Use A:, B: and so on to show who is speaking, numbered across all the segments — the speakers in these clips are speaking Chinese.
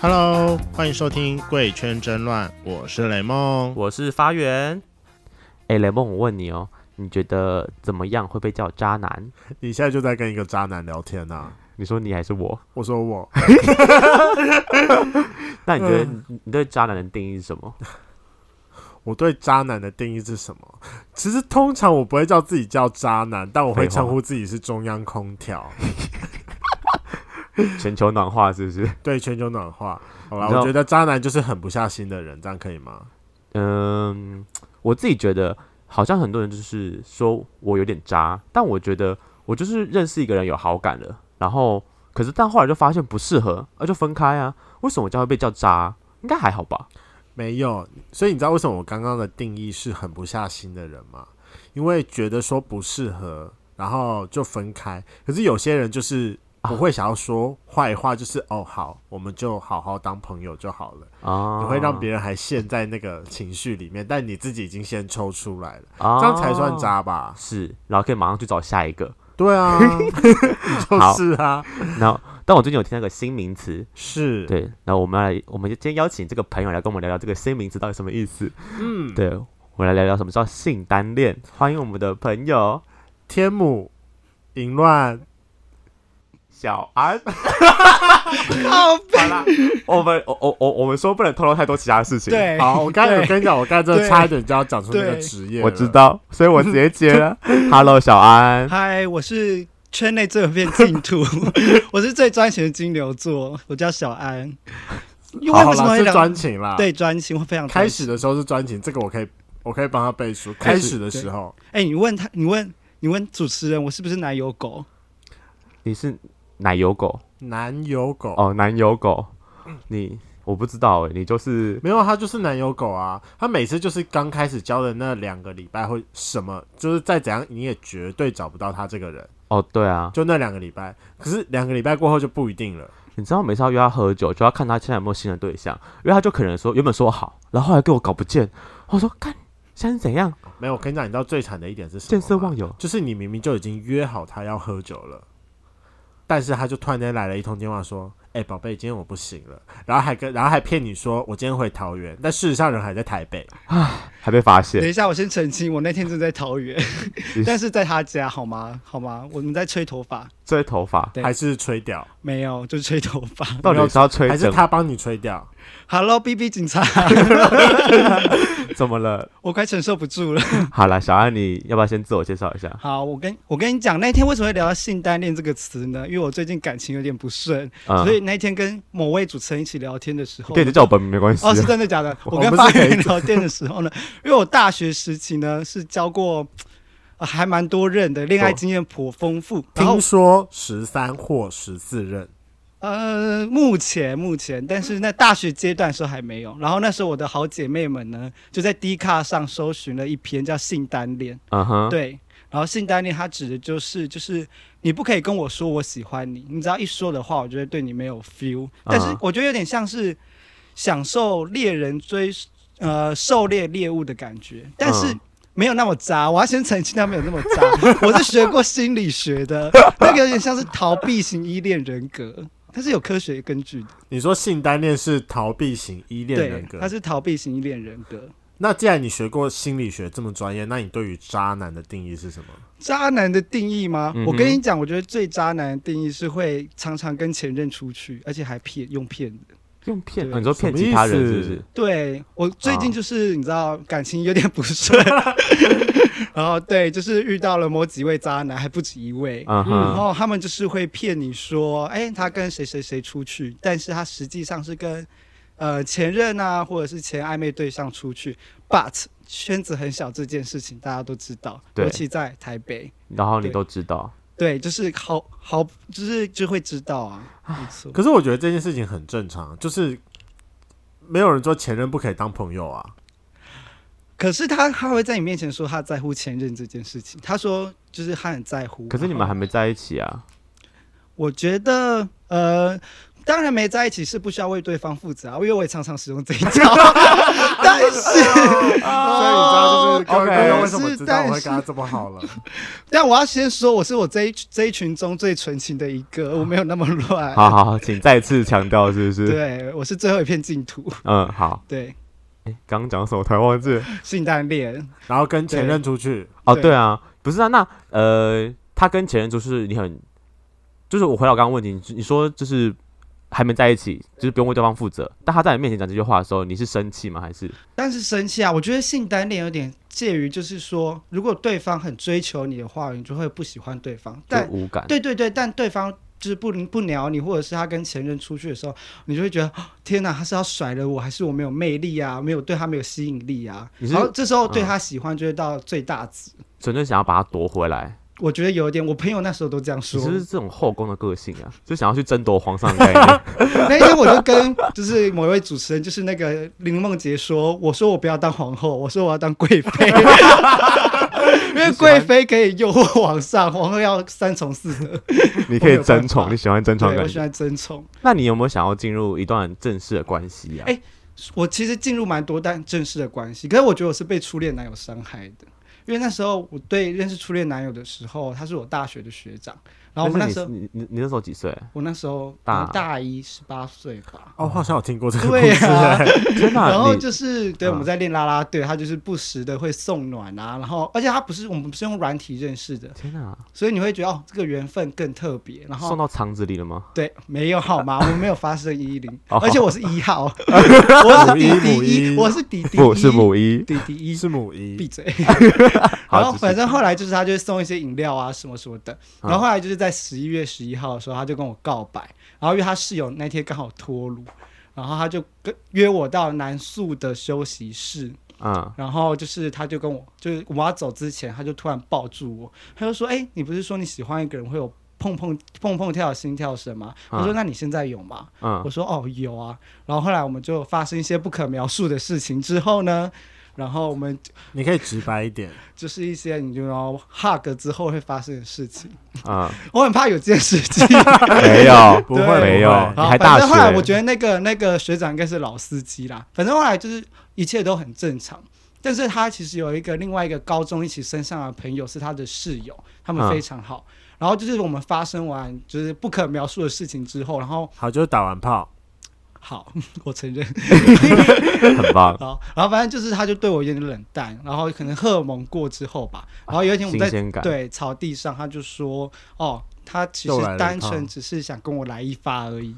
A: Hello，欢迎收听《贵圈争乱》，我是雷梦。
B: 我是发源。哎、雷梦，我问你哦，你觉得怎么样会被叫渣男？
A: 你现在就在跟一个渣男聊天呐、啊
B: 你说你还是我？
A: 我说我，
B: 那你觉得
A: 嗯
B: 你你对渣男的定义是什么？
A: 我对渣男的定义是什么？其实通常我不会叫自己叫渣男，但我会
B: 废话
A: 称呼自己是中央空调，
B: 全球暖化是不是？
A: 对全球暖化。好啦，
B: 你知道
A: 我觉得渣男就是狠不下心的人，这样可以吗？
B: 嗯，我自己觉得好像很多人就是说我有点渣，但我觉得我就是认识一个人有好感了，然后可是但后来就发现不适合，那就分开啊。为什么我叫会被叫渣？应该还好吧？
A: 没有，所以你知道为什么我刚刚的定义是狠不下心的人吗？因为觉得说不适合，然后就分开。可是有些人就是不会想要说坏话，就是、哦好，我们就好好当朋友就好了。
B: 啊，
A: 你会让别人还陷在那个情绪里面，但你自己已经先抽出来了，
B: 啊
A: 这样才算。渣吧？
B: 是，然后可以马上去找下一个。
A: 对啊， 就是啊，
B: 然后，但我最近有听到一个新名词，
A: 是，
B: 对，然后我们要来，我们就今天邀请这个朋友来跟我们聊聊这个新名词到底什么意思。
A: 嗯，
B: 对，我们来聊聊什么叫性单恋。欢迎我们的朋友
A: 天母淫乱，
B: 小安。 好啦，我们我我我我们说不能透露太多其他事情。，
C: 对，
A: 好，我刚才有跟你讲，我刚才真的
C: 对
A: 差一点就要讲出那个
C: 对
A: 职业，
B: 我知。道，所以我直接接 了。Hello，小安。
C: 嗨，我是圈内最有片净 土，我是最专情的金牛座，我叫小安。因为
A: 好
C: 为什么
A: 啦，
C: 会
A: 是
C: 聊
A: 专情啦。，
C: 对专情会非常
A: 开
C: 专
A: 始
C: 情？
A: 的时候是专情，这个我可以，我可以帮他背书。开始的时候，
C: 哎、你问他，你问你问主持人，我是不是奶油狗？
B: 你是奶油狗
A: 男友狗
B: 哦，男友狗。你我不知道哎，你就是
A: 没有，啊他就是男友狗啊。他每次就是刚开始交的那两个礼拜，会什么，就是再怎样你也绝对找不到他这个人。
B: 哦，对啊，
A: 就那两个礼拜，可是两个礼拜过后就不一定了。
B: 你知道每次要约他喝酒，就要看他现在有没有新的对象，因为他就可能说原本说好，然后后来给我搞不见，我说看现在是怎样，
A: 没有，我跟你讲，你知道最惨的一点是什么吗？
B: 见色忘友，
A: 就是你明明就已经约好他要喝酒了，但是他就突然间来了一通电话说：“哎、宝贝，今天我不行了。”然后还跟，然后还骗你说我今天回桃园，但事实上人还在台北。
B: 还被发
C: 等
B: 现，
C: 一下，我先澄清，我那天正在桃园，但是在他家，好吗？好吗？我们在吹头发，
B: 吹头发，
C: 对
A: 还是吹掉，
C: 没有，就吹头发。
B: 到底是要吹
A: 还是
B: 怎
A: 他帮你吹掉？
C: Hello，B B 警察，
B: 怎么了？
C: 我快承受不住了。
B: 好了，小安，你要不要先自我介绍一下？
C: 好，我跟我跟你讲，那天为什么会聊到性单恋这个词呢？因为我最近感情有点不顺，
B: 嗯
C: 所以那天跟某位主持人一起聊天的时候
B: 可以就
C: 呢，
B: 嗯叫我本名没关系
C: 哦，。是真的假的？
A: 我
C: 我跟
A: 们
C: 发
A: 是可以
C: 源聊天的时候呢，因为我大学时期呢是交过、呃还蛮多任的，恋爱经验颇丰富。然后
A: 听说十三或十四任，
C: 呃，目前目前，但是那大学阶段的时候还没有。然后那时候我的好姐妹们呢，就在 D 卡上搜寻了一篇叫《性单恋》。
B: 嗯
A: 啊
B: 哼，
C: 对，然后性单恋它指的就是就是你不可以跟我说我喜欢你，你只要一说的话，我就会对你没有 feel。但
A: 啊
C: 是
B: 嗯
C: 我觉得有点像是享受猎人追呃狩猎猎物的感觉，但是。
B: 嗯
C: 没有那么渣，我要先澄清，他没有那么 渣。我是学过心理学的，那个有点像是逃避型依恋人格，它是有科学根据的。
A: 你说性单恋是逃避型依恋人
C: 对，
A: 格
C: 它，是逃避型依恋人格。
A: 那既然你学过心理学这么专业，那你对于渣男的定义是什么？
C: 渣男的定义吗？
B: 嗯哼
C: 我跟你讲，我觉得最渣男的定义是会常常跟前任出去，而且还骗用骗的。
B: 用骗、
C: 对
B: 哦你说骗其他人是不
A: 什么意
B: 是？
C: 对我最近
B: 啊
C: 就是、你知道感情有点 不顺，然后对，就是遇到了某几位渣男，还不止一位。
B: 嗯
C: 然
B: 哼，
C: 后他们就是会骗你说，哎、他跟谁谁谁出去，但是他实际上是跟呃前任啊，或者是前暧昧对象出去。But 圈子很小这件事情大家都知道，
B: 对
C: 尤其在台北。
B: 然后你
C: 对
B: 都知道，
C: 对，就是好好，就是就会知道啊，没错。
A: 可是我觉得这件事情很正常，就是没有人说前任不可以当朋友啊。
C: 可是他他会在你面前说他在乎前任这件事情，他说就是他很在乎。
B: 可是你们
C: 然后
B: 还没在一起啊？
C: 我觉得呃，当然没在一起是不需要为对方负责啊，因为我也常常使用这一招，但是
A: 所以你知道就是各位观
B: OK
A: 众为什么知道
C: 是
A: 我会跟他这么好了？
C: 但我要先说，我是我这一这一群中最纯情的一个，我没有那么乱。
B: 好好好，请再次强调，是不是？
C: 对，我是最后一片净土。
B: 嗯，好。
C: 对，
B: 诶刚刚讲什么？突然忘记了。
C: 性单恋，
A: 然后跟前任出去，
B: 哦，
C: 对
B: 对啊，不是啊，那呃，他跟前任就是你很，就是我回到我刚刚问题，你你说就是还没在一起，就是不用为对方负责。但他在你面前讲这句话的时候，你是生气吗？还是
C: 但是生气啊！我觉得性单恋有点介于，就是说，如果对方很追求你的话，你就会不喜欢对方。
B: 就
C: 但
B: 无感？
C: 对对对，但对方就是不不鸟你，或者是他跟前任出去的时候，你就会觉得哦天哪，他是要甩了我，还是我没有魅力啊？没有对他没有吸引力啊？
B: 你是
C: 然后这时候对
B: 嗯
C: 他喜欢就会到最大值。
B: 纯粹想要把他夺回来？
C: 我觉得有一点，我朋友那时候都这样
B: 你
C: 说。
B: 是不是这种后宫的个性啊？就想要去争夺皇 上的概念？
C: 那天我就跟就是某一位主持人，就是那个林梦洁说，我说我不要当皇后，我说我要当贵妃， 因为贵妃可以诱惑皇上，皇后要三从四德，
B: 你可以
C: 我没有
B: 争
C: 办
B: 宠，
C: 法
B: 你喜欢争宠的
C: 对我
B: 感
C: 喜
B: 觉？
C: 欢争宠。
B: 那你有没有想要进入一段正式的关系啊？
C: 哎我其实进入蛮多段正式的关系，可是我觉得我是被初恋男友伤害的，因为那时候我对认识初恋男友的时候，他是我大学的学长，然后我们
B: 但
C: 那
B: 是
C: 时候
B: 你你你哎你那时候几岁？
C: 我那时候
B: 大
C: 大一十八岁 吧。
A: 哦，我好像有听过这个故
C: 对
A: 事、
C: 啊，
B: 天哪！
C: 然后
B: 你
C: 就是对
B: 嗯
C: 我们在练啦啦队，他就是不时的会送暖啊，然后而且他不是我们不是用软体认识的，
B: 天哪，
C: 所以你会觉得哦这个缘分更特别。然
B: 送
C: 后
B: 到肠子里了吗？
C: 对没有好吗？我们没有发生一零，
B: 哦
C: 而且我是一号， 我是弟
A: 母一
C: 弟
A: 母一
C: 一，我是弟弟
B: 不
C: 一，
B: 是母一，
C: 弟弟一，
A: 是母
C: 闭
A: 一，
C: 嘴。
B: 好
C: 然后
B: 只是嗯
C: 反正后来就是他就会送一些饮料啊什么什么的，然后后来就是在十一月十一号的时候，他就跟我告白，然后因为他室友那天刚好脱乳，然后他就跟约我到南宿的休息室，
B: 嗯，
C: 然后就是他就跟我，就是我要走之前，他就突然抱住我，他就说：“哎、你不是说你喜欢一个人会有碰碰碰碰跳的心跳声吗？”
B: 啊
C: 我说：“那你现在有吗？”
B: 嗯
C: 我，说：“哦，有啊。”然后后来我们就发生一些不可描述的事情之后呢，然后我们
A: 你可以直白一点，
C: 就是一些你就然后 hug 之后会发生的事情，
B: 啊，
C: 我很怕有这件事 情。
B: 没有，
A: 不会
C: 对
B: 没有
A: 不会
B: 你
C: 好，
B: 还
C: 反
B: 大
C: 正后来
B: 学
C: 我觉得那个那个学长应该是老司机啦，反正后来就是一切都很正常。但是他其实有一个另外一个高中一起升上来的朋友是他的室友，他们
B: 嗯
C: 非常好。然后就是我们发生完就是不可描述的事情之后，然后
A: 好，就是打完炮，
C: 好， 我承认，
B: 很棒，
C: 然后然后反正就是他就对我有点冷淡，然后可能荷尔蒙过之后吧，然后有一天我们
B: 啊新
C: 在
B: 鲜感，
C: 对草地上，他就说哦。他其
A: 又
C: 实
A: 来了一
C: 单
A: 趟
C: 纯只是想跟我来一发而已，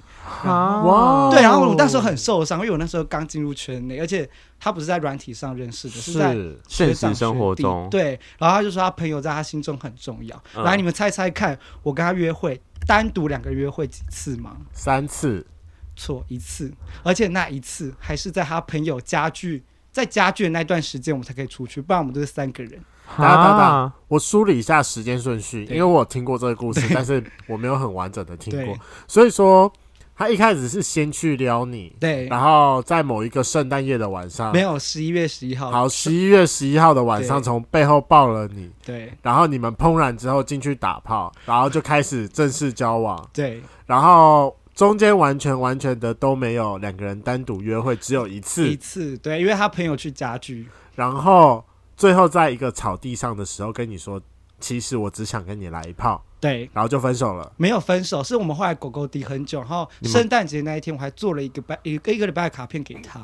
B: 啊
A: 哇
C: 对，然后我那时候很受伤，因为我那时候刚进入圈内，而且他不是在软体上认识的，是在
A: 是
C: 学
B: 现
C: 长
B: 实生活
C: 学弟
B: 中
C: 对，然后他就说他朋友在他心中很重要。
B: 嗯
C: 来，你们猜猜看，我跟他约会，单独两个约会几次吗？
A: 三次，
C: 错，一次，而且那一次还是在他朋友家具。在家具的那段时间，我们才可以出去，不然我们就是三个人。
A: 打打打
B: 啊
A: 我梳理一下时间顺序，因
C: 对
A: 为我有听过这个 故事，但是我没有很完整的听过
C: 对，
A: 所以说他一开始是先去撩你，
C: 对，
B: 啊
A: 然后在某一个圣诞夜的晚上
C: 没，有十一月十一号。
A: 好，十一月十一号的晚上
C: 对
A: 从背后抱了你，
C: 对
A: 然后你们怦然之后进去打炮，然后就开始正式交往，
C: 对，
A: 然后中间完全完全的都没有两个人单独约会，只有一
C: 一
A: 次，
C: 次对，因为他朋友去家具。
A: 然后最后在一个草地上的时候跟你说，其实我只想跟你来一炮，
C: 对，
A: 然后就分手了。
C: 没有分手，是我们后来狗狗滴很久，然后
B: 你们
C: 圣诞节那一天我还做了一个拜一个一个礼拜的卡片给他。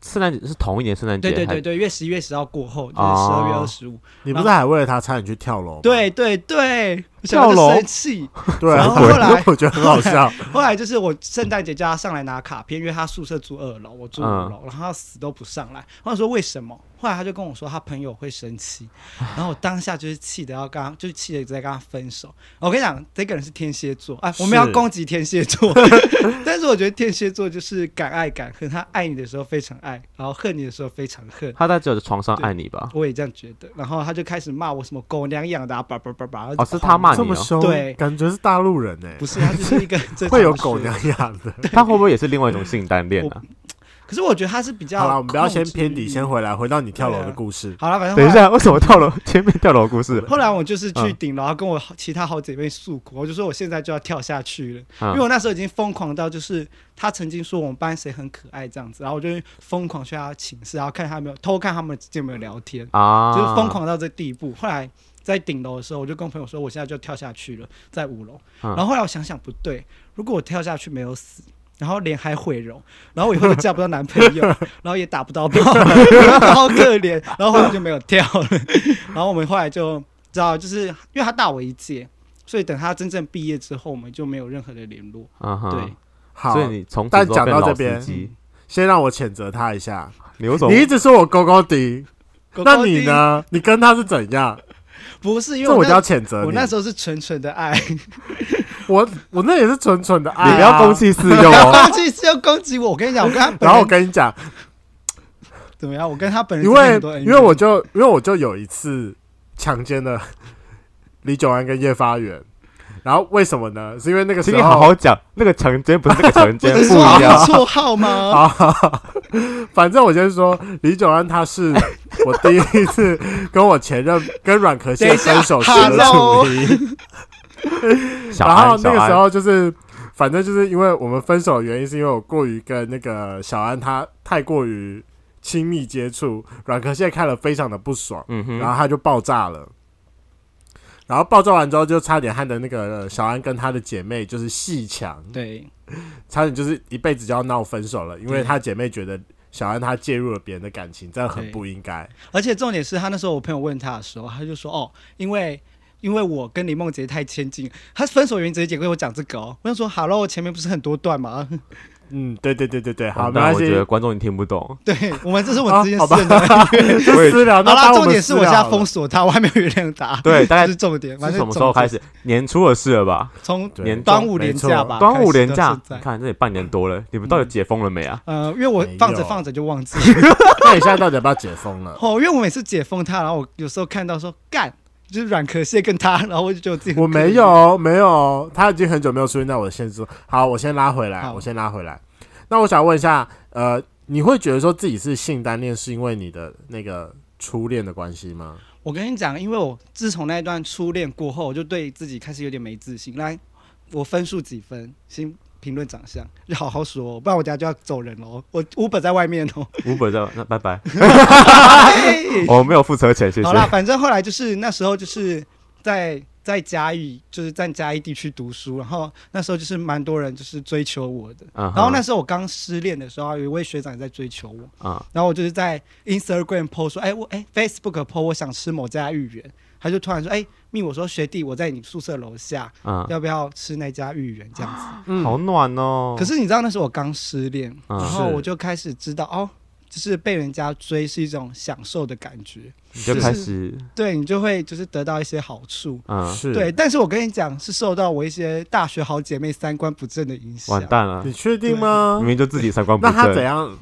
B: 圣诞节是同一年圣诞节，
C: 对对
B: 嗯还
C: 对对，因为十一月十号过后就是十
B: 哦
C: 二月二十五。
A: 你不是还为了他差点去跳楼吗？
C: 对对对，我想
B: 跳
C: 到就
B: 楼
C: 生气。
A: 对啊，
C: 然后后来
A: 我觉得很好 笑。
C: 后来就是我圣诞节叫他上来拿卡片，因为他宿舍住二楼，我住五
B: 嗯
C: 楼，然后他死都不上来。后来说为什么？后来他就跟我说他朋友会生气，然后我当下就是气得要跟他，就是气得在跟他分手。我跟你讲，这个人是天蝎座，哎、我们要
A: 是
C: 攻击天蝎座， 但是我觉得天蝎座就是敢爱敢恨，他爱你的时候非常爱，然后恨你的时候非常恨。
B: 他在这的床上爱你吧？
C: 我也这样觉得，然后他就开始骂我什么狗娘养的啊，叭叭叭叭。然后
B: 哦，是他骂
A: 这
B: 你
A: 么
B: 哦，
A: 凶，
C: 对
A: 感觉是大陆人哎、
C: 不是，他就是一个正常
A: 会有
C: 的
A: 狗
C: 学
A: 娘养的，
B: 他会不会也是另外一种性单恋呢？啊
C: 可是我觉得他是比较
A: 好了，我们不要先
C: 控制
A: 偏底，
C: 欲
A: 先回来，回到你跳楼
C: 对
A: 的
C: 啊
A: 故事。
C: 好了，反正
B: 等一
C: 后来
B: 下，为什么跳楼前面跳楼故事？
C: 后来我就是去
B: 嗯
C: 顶楼，然后跟我好其他好姐妹诉苦，我就说我现在就要跳下去了，因为
B: 嗯
C: 我那时候已经疯狂到，就是他曾经说我们班谁很可爱这样子，然后我就疯狂去他寝室，然后看他有没有偷看他们之间有没有聊天，
B: 啊，
C: 就是疯狂到这地步。后来在顶楼的时候，我就跟朋友说，我现在就跳下去了，在五楼。
B: 嗯
C: 然后后来我想想不对，如果我跳下去没有死。然后脸还毁容，然后我以后就交不到男朋 友，然后也打不到炮，好可怜。然后后来就没有跳了。然后我们后来就知道，就是因为他大我一届，所以等他真正毕业之后，我们就没有任何的联络。
B: 嗯哼，
C: 对，
A: 好
B: 所，以你从
A: 但
B: 此之
A: 讲
B: 后
A: 到
B: 变
A: 这
B: 老司
A: 边
B: 机
A: 先让我谴责他一下。
B: 你为什么
A: 你一直说我勾勾底，
C: 狗
A: 那
C: 狗
A: 你
C: 弟？
A: 呢？你跟他是怎样？
C: 不是因为
A: 这我就
C: 那
A: 要谴责
C: 我
A: 你。
C: 那时候是纯纯的爱，
A: 我我那也是纯纯的爱、啊
B: 你不要公。器私用哦。
C: 他这是要攻击我。我跟你讲，我跟他本
A: 然后我
C: 人
A: 跟你 讲，
C: 怎么样？我跟他本人
A: 因
C: 之间
A: 为
C: 很多恩
A: 因
C: 怨
A: 为我就因为我就有一次强奸了 李九安跟叶发源，然后为什么呢？是因为那个时
B: 请
A: 候
B: 你好好讲，那个强奸不是那个强奸，
C: 不是
B: 不
C: 说好
B: 一样。
C: 绰号 吗？
A: 啊，反正我先说，李九安他 是我第一次跟我前任跟阮可
C: 等
A: 欣
C: 一下哦
A: 分手时的
C: ，Hello
A: 主题。
B: 小
A: 然后
B: 安，
A: 那
B: 小
A: 个时
B: 安，
A: 候就是，反正就是因为我们分手的原因是因为我过于跟那个小安他太过于亲密接触，阮可欣看了非常的不爽，
B: 嗯
A: 然
B: 哼，
A: 后他就爆炸了。然后爆炸完之后，就差点害得那个小安跟她的姐妹就是戏强，
C: 对，
A: 差点就是一辈子就要闹分手了，因为
C: 对
A: 她姐妹觉得小安她介入了别人的感情，真的很
C: 对
A: 不应该。
C: 而且重点是他那时候我朋友问他的时候，他就说哦，因为。因为我跟林梦洁太亲近，他分手原因直接跟我讲这个哦。我想说，Hello，前面不是很多段吗？
A: 嗯，对对对对对，好，
B: 完
A: 没
B: 蛋
A: 关
B: 我觉
A: 系
B: 得，观众你听不懂，
C: 对我们这是我
A: 啊
C: 们之间
A: 好
C: 私
A: 吧
C: 人的恩怨。
A: 就私聊。
C: 好
A: 那
C: 啦，
A: 当我
C: 重
A: 们
C: 点是我
A: 私聊
C: 现在
A: 了
C: 封锁他，我还没有原谅他。
B: 对大概
C: 这是重点。反
B: 是
C: 正
B: 什么时候
C: 总
B: 开
C: 之
B: 始？年初的事了吧？
C: 从
A: 对
B: 年
C: 端午
A: 没
C: 连
A: 错
C: 假吧，
B: 端午连
C: 开始
B: 假
C: 到，
B: 你
C: 现在
B: 看这也半年多了，你们到底解封了没啊？
C: 呃，因为我
A: 没
C: 放着
A: 有
C: 放着就忘记了。
A: 那你现在到底要不要解封了？
C: 哦，因为我每次解封它，然后我有时候看到说干，就是软壳蟹跟它，然后我就觉得我自己 很
A: 我
C: 可
A: 没
C: 怜。
A: 有，没有，他已经很久没有出现在我的现实中。好，我先拉回来，
C: 好
A: 我先拉回来。那我想问一下，呃，你会觉得说自己是性单恋，是因为你的那个初恋的关系吗？
C: 我跟你讲，因为我自从那一段初恋过后，我就对自己开始有点没自信。来，我分数几分？先评论长相，你好好说、哦，不然我等下就要走人喽。我五本在外面哦。
B: 五本在那拜拜，
A: 啊 哦
C: 哎
B: 我没有付车钱，谢谢
C: 好。啦，反正后来就是那时候就是在在嘉义，就是在嘉义地区读书，然后那时候就是蛮多人就是追求我的。
B: 然
C: 然后那时候我刚失恋的时候，有一位学长也在追求我，
B: 啊，
C: 然后我就是在 Instagram po 说，哎、我哎、Facebook po 我想吃某家芋圆，他就突然说，哎、蜜我说学弟我在你宿舍楼下，
B: 嗯，
C: 要不要吃那家芋圆这样子？
A: 嗯
B: 好暖哦。
C: 可是你知道那时候我刚失恋，
B: 嗯
C: 然后
A: 是
C: 我就开始知道哦，就是被人家追是一种享受的感觉，
B: 你就是开始，
C: 对你就会就是得到一些好处。
B: 嗯，
A: 是，
C: 对，，但是我跟你讲，是受到我一些大学好姐妹三观不正的影响
B: 完。蛋了
A: 你，确定吗
C: 啊
B: 明？明就自己三观不
A: 那他怎
B: 正。
A: 样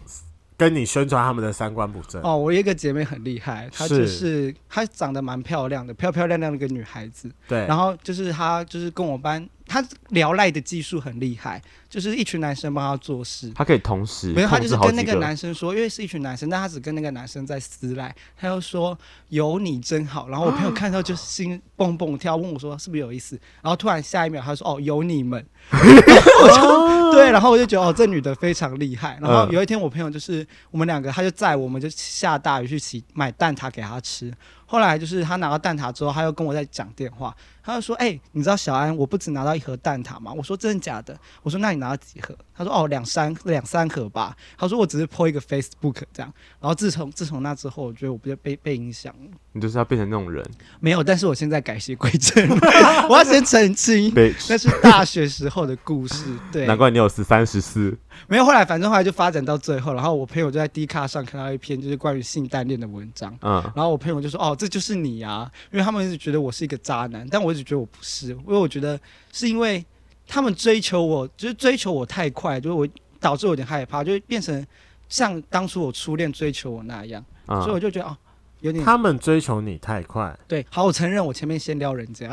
A: 跟你宣传他们的三观不正？
C: 哦，我有一个姐妹很厉害，她
A: 是
C: 就是她长得蛮漂亮的，漂漂亮亮的一个女孩子。
A: 对，
C: 然后就是她就是跟我班，她聊赖的技术很厉害，就是一群男生帮她做事。
B: 他可以同时
C: 没有，
B: 嗯
C: 她
B: 控
C: 就
B: 制
C: 是
B: 好
C: 跟
B: 几
C: 那个男生说，因为是一群男生，但她只跟那个男生在私赖，她又说有你真好。然后我 朋友看到就心蹦蹦跳，问我说是不是有意思？然后突然下一秒她说哦有你们，我就对，然后我就觉得哦这女的非常厉害。然后
B: 嗯
C: 有一天我朋友就是我们两个，他就载我们就下大雨去骑买蛋挞给他吃。后来就是他拿到蛋挞之后，他又跟我在讲电话，他就说：“哎、你知道小安，我不止拿到一盒蛋挞吗？”我说：“真的假的？”我说：“那你拿到几盒？”他说：“哦，两三两三盒吧。”他说：“我只是 po 一个 Facebook 这样。”然后自从自从那之后，我觉得我不就被被影响了。
B: 你就是要变成那种人，
C: 没有，但是我现在改邪归正， 我要先澄 清，
B: 对，
C: 那是大学时候的故事。对，
B: 难怪你有十三十四，
C: 没有，后来反正后来就发展到最后，然后我朋友就在 D 卡上看到一篇就是关于性单恋的文章，
B: 嗯，
C: 然后我朋友就说：“哦，这就是你啊！”因为他们一直觉得我是一个渣男，但我一直觉得我不是，因为我觉得是因为他们追求我，就是追求我太快，就是我导致我有点害怕，就变成像当初我初恋追求我那样，
B: 嗯
C: 所以我就觉得哦，有点
A: 他们追求你太快，
C: 对。好，我承认我前面先撩人家，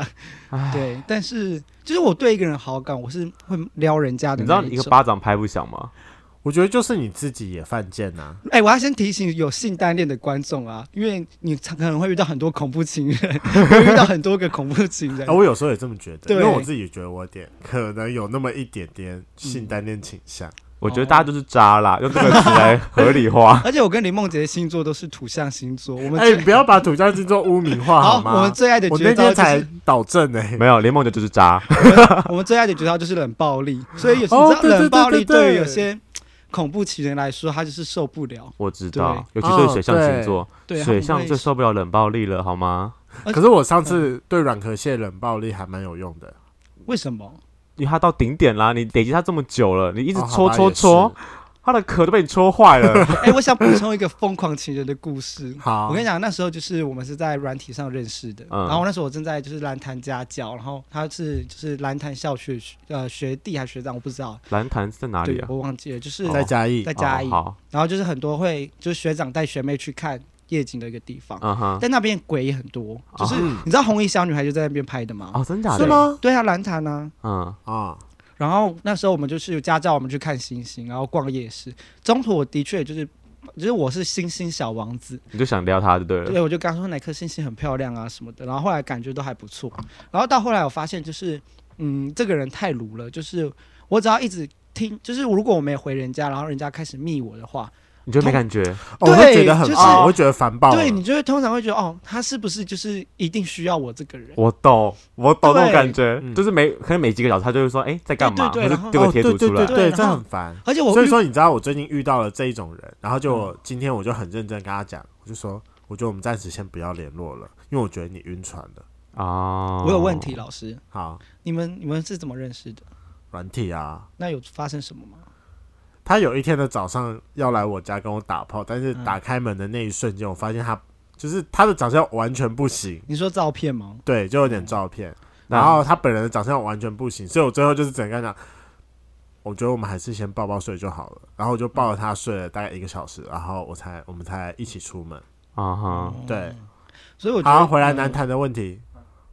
B: 啊
C: 对，但是就是我对一个人好感，我是会撩人家
B: 你
C: 的
B: 知道
C: 那
B: 一
C: 一
B: 个
C: 种。
B: 巴掌拍不响吗？
A: 我觉得就是你自己也犯贱呐、啊
C: 哎、我要先提醒有性单恋的观众啊，因为你常可能会遇到很多恐怖情人， 会遇到很多个恐怖情人
A: 啊，。我有时候也这么觉得，
C: 对。
A: 因为我自己觉得我有点可能有那么一点点性单恋倾向。
B: 我觉得大家就是渣啦，用这个词来合理化
C: 而且我跟李梦洁的星座都是土象星座，我们
A: 哎、
C: 最、
A: 你不要把土象星座污名化
C: 好，
A: 吗？
C: 我们最爱的
A: 我
C: 绝
A: 那
C: 招
A: 天
C: 就
A: 才
C: 是
A: 导正哎、欸，
B: 没有，联盟的就是渣。
C: 我们最爱的绝招就是冷 暴力，所以有时
A: 哦
C: 候你知道
A: 对对
C: 冷暴力
A: 对对对
C: 对于有些恐怖情人来说，他就是受不了。
B: 我知道，尤
A: 对
B: 其对水象星座，
C: 对，他
B: 水
C: 们
B: 象
C: 会
B: 最受不了冷暴力了，好吗？
C: 而
A: 可是我上次对软壳蟹冷暴力还蛮有用的，
C: 为什么？
B: 因为它到顶点啦，你累积它这么久了，你一
A: 一
B: 直
C: 哦
B: 戳戳戳，。它的壳都被你戳坏 了。
C: 哎、我想补充一个疯狂情人的故
A: 好吧也
C: 事。
A: 是，好
C: 嗯我跟你讲，那时候就是我们是在软体上认识的，
B: 啊嗯
C: 然后那时候我正在就是蓝潭家教，然后他是就是蓝潭校区的学呃学弟还是学长，我不知道，
B: 蓝潭是在哪里
C: 对
B: 啊？
C: 我忘记了，就是
A: 在嘉义
C: 在嘉义，
B: 哦好，
C: 然后就是很多会就是学长带学妹去看夜景的一个地方，
B: 嗯 哼，
C: 但那边鬼也很多，就是、
A: 嗯
C: 你知道红衣小女孩就在那边拍的吗？
B: 哦，真假的？
A: 是？吗？
C: 对啊，蓝潭啊。
B: 嗯，
A: 啊，
C: 然后那时候我们就是有家教我们去看星星，然后逛夜市。中途我的确就是，就是我是星星小王子，
B: 你就想撩它就对了。
C: 对，我就刚说哪颗星星很漂亮啊什么的，然后后来感觉都还不错，然后到后来我发现就是，嗯，这个人太鲁了，就是我只要一直听，就是如果我没有回人家，然后人家开始密我的话，
B: 你就没感觉？
A: 哦我会觉得
C: 就
A: 很
C: 是
A: 烦，我会觉得烦爆了。
C: 对你就会通常会觉得哦，他是不是就是一定需要我这个人？
B: 我懂，我懂那种
C: 对
B: 感觉，
A: 嗯
B: 就是每可能每几个小时他就会说，哎、在干嘛？或
C: 对对对
B: 者
C: 然后
B: 丢个贴图出来
A: 哦、对对。对对，
C: 对
A: 这
C: 然后
A: 很烦。
C: 而且我
A: 所以
C: 遇嗯
A: 说，你知道我最近遇到了这一种人，然后就我今天我就很认真跟他讲，我就说，我觉得我们暂时先不要联络了，因为我觉得你晕船了。
B: 哦，
C: 我有问题，老师，
A: 好，
C: 你们你们是怎么认识的？
A: 软体啊，
C: 那有发生什么吗？
A: 他有一天的早上要来我家跟我打炮，但是
C: 嗯
A: 打开门的那一瞬间，我发现他就是他的长相完全不行，
C: 你说照片吗？
A: 对，就有
C: 嗯
A: 点照片，
B: 那
A: 然后他本人的长相完全不行，所以我最后就是只能跟他讲。我觉得我们还是先抱抱睡就好了，然后我就抱着他睡了大概一个小时，然后我才我们才一起出门。
B: 啊哈，
C: 嗯
A: 对，
C: 所以我觉得
A: 好，回来南
C: 嗯
A: 坛的问题，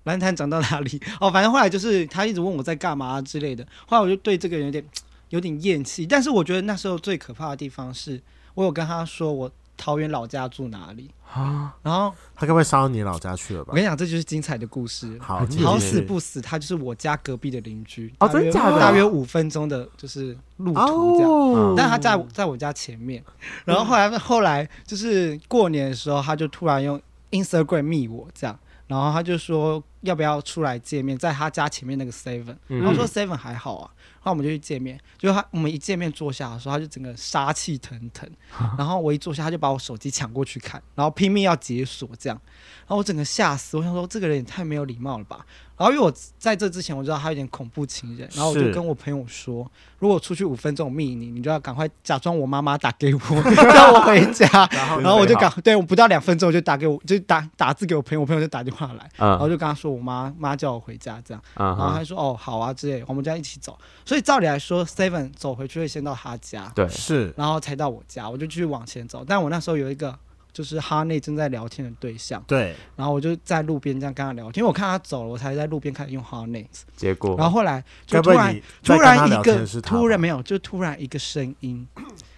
C: 蓝潭长到哪里？ 哦，反正后来就是他一直问我在干嘛、之类的，后来我就对这个人有点有点厌弃。但是我觉得那时候最可怕的地方是，我有跟他说我桃园老家住哪里，
B: 啊
C: 然后
A: 他该不会杀到你老家去了
C: 我
A: 吧
C: 跟？你讲，这就是精彩的故事。
A: 好，继续
C: 好死不死，他就是我家隔壁的邻居，
B: 哦
C: 大约
B: 真假的
C: 大约五分钟的就是路途这样。
A: 哦
B: 嗯
C: 但他在我在我家前面，然后后来后来就是过年的时候，他就突然用 Instagram 密我这样，然后他就说要不要出来见面，在他家前面那个 Seven，
B: 嗯
C: 然后说 Seven 还好啊，然后我们就去见面，就他我们一见面坐下的时候，他就整个杀气腾腾，然后我一坐下，他就把我手机抢过去看，然后拼命要解锁这样，然后我整个吓死，我想说这个人也太没有礼貌了吧。然后因为我在这之前我知道他有点恐怖情人，然后我就是跟我朋友说，如果我出去五分钟我密你，你就要赶快假装我妈妈打给我，叫我回家。
A: 然
C: 然后我就赶，对我不到两分钟我就打给我，就打打字给我朋友，我朋友就打电话来，然后
B: 嗯
C: 就跟他说我妈妈叫我回家这样，
B: 嗯
C: 哦然后他
B: 哈，
C: 说哦好啊之类，我们就要一起走。所以照理来说，Seven 走回去会先到他家，
B: 对，
A: 是
C: 然后才到我家，我就继续往前走。但我那时候有一个就是哈内正在聊天的对象，
A: 对，
C: 然后我就在路边这样跟他聊天，因为我看他走了，我才在路边开始用哈内。
B: 结果
C: 然后后来
A: 该
C: 就
A: 不
C: 突
A: 会
C: 然
A: 你在
C: 突
A: 跟他
C: 然一
A: 聊天
C: 个
A: 的是他吧
C: 突然没有，就突然一个声音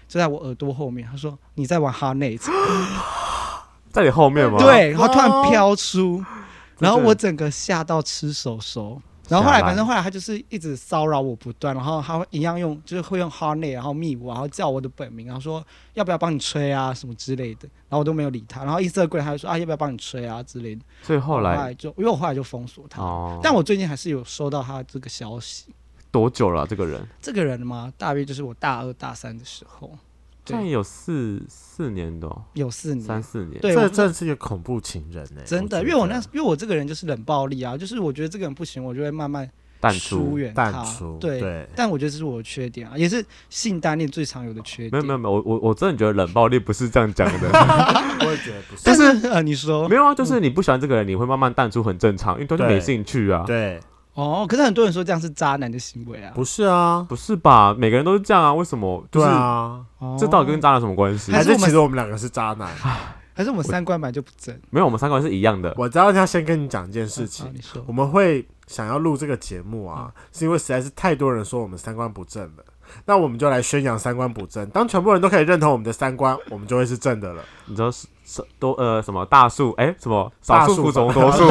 C: 就在我耳朵后面，他说你在玩哈内，
B: 在你后面吗？
C: 对，然后突然
A: 哇哦
C: 飘出，然后
A: 真的
C: 我整个吓到吃手手。然后后来，反正后来他就是一直骚扰我不断，然后他会一样用，就是会用哈内，然后密我，然后叫我的本名，然后说要不要帮你吹啊什么之类的，然后我都没有理他。然后一色柜他就说啊要不要帮你吹啊之类的，
B: 所以后
C: 后
B: 来
C: 来就因为我后来就封锁他，
B: 哦，
C: 哦但我最近还是有收到他这个消息。
B: 多久了啊、这个人？
C: 这个人嘛，大约就是我大二大三的时候，
B: 这样有四四年的哦、
C: 有四
B: 三
C: 年，
B: 四年。
C: 对
A: 这
C: 我
A: 真的是一个恐怖情人呢，
C: 真的，
A: 我觉
C: 因
A: 得
C: 为我那因为我这个人就是冷暴力啊，就是我觉得这个人不行，我就会慢慢
B: 淡
C: 疏
B: 出。
C: 远
A: 淡
C: 他
A: 出，。
C: 对， 但我觉得这是我的缺点啊，也是性单恋最常有的缺点。
B: 没有没有没有，我我我真的觉得冷暴力不是这样讲 的，
A: 我也觉得不是，
C: 但是 呃，你说
B: 没有啊，就是你不喜欢这个人，你会慢慢淡出，很正常，因为对他
A: 对
B: 没兴趣啊，
A: 对，
C: 哦，可是很多人说这样是渣男的行为啊，
A: 不是啊，
B: 不是吧？每个人都是这样啊，为什么？就
A: 对
B: 是
A: 啊，
C: 哦
B: 这到底跟渣男有什么关系？
C: 还
A: 还
C: 是
A: 是
C: 我们
A: 其实我们两个是渣 男。
C: 还是我们三观本来就不正
B: 没有，我们三个人是一样的。
A: 我知道要先跟你讲一件事
C: 啊
A: 情，
C: 你说嗯
A: 我们会想要录这个节目啊，是因为实在是太多人说我们三观不正了，那我们就来宣扬三观不正。当全部人都可以认同我们的三观，我们就会是正的了。
B: 你知道是是多呃什么大数哎、什么
A: 大
B: 少数
A: 数
B: 服从
A: 法
B: 多数，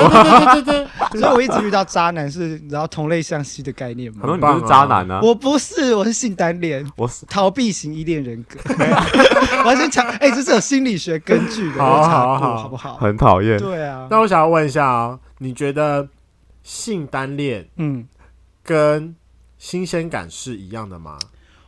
A: 对对 对对
C: 所以我一直遇到渣男是你知道同类相吸的概念
B: 很
C: 吗？
B: 多你就是渣 男啊，
C: 我不是，我是性单恋，
B: 我是
C: 逃避型依恋人格。我要先讲，哎、这是有心理学根据的，
A: 好
C: 我查
A: 好
C: 过，
A: 好
C: 好不好？
B: 很讨厌，
C: 对啊，
A: 那我想要问一下哦，你觉得性单恋
C: 嗯，
A: 跟新鲜感是一样的吗？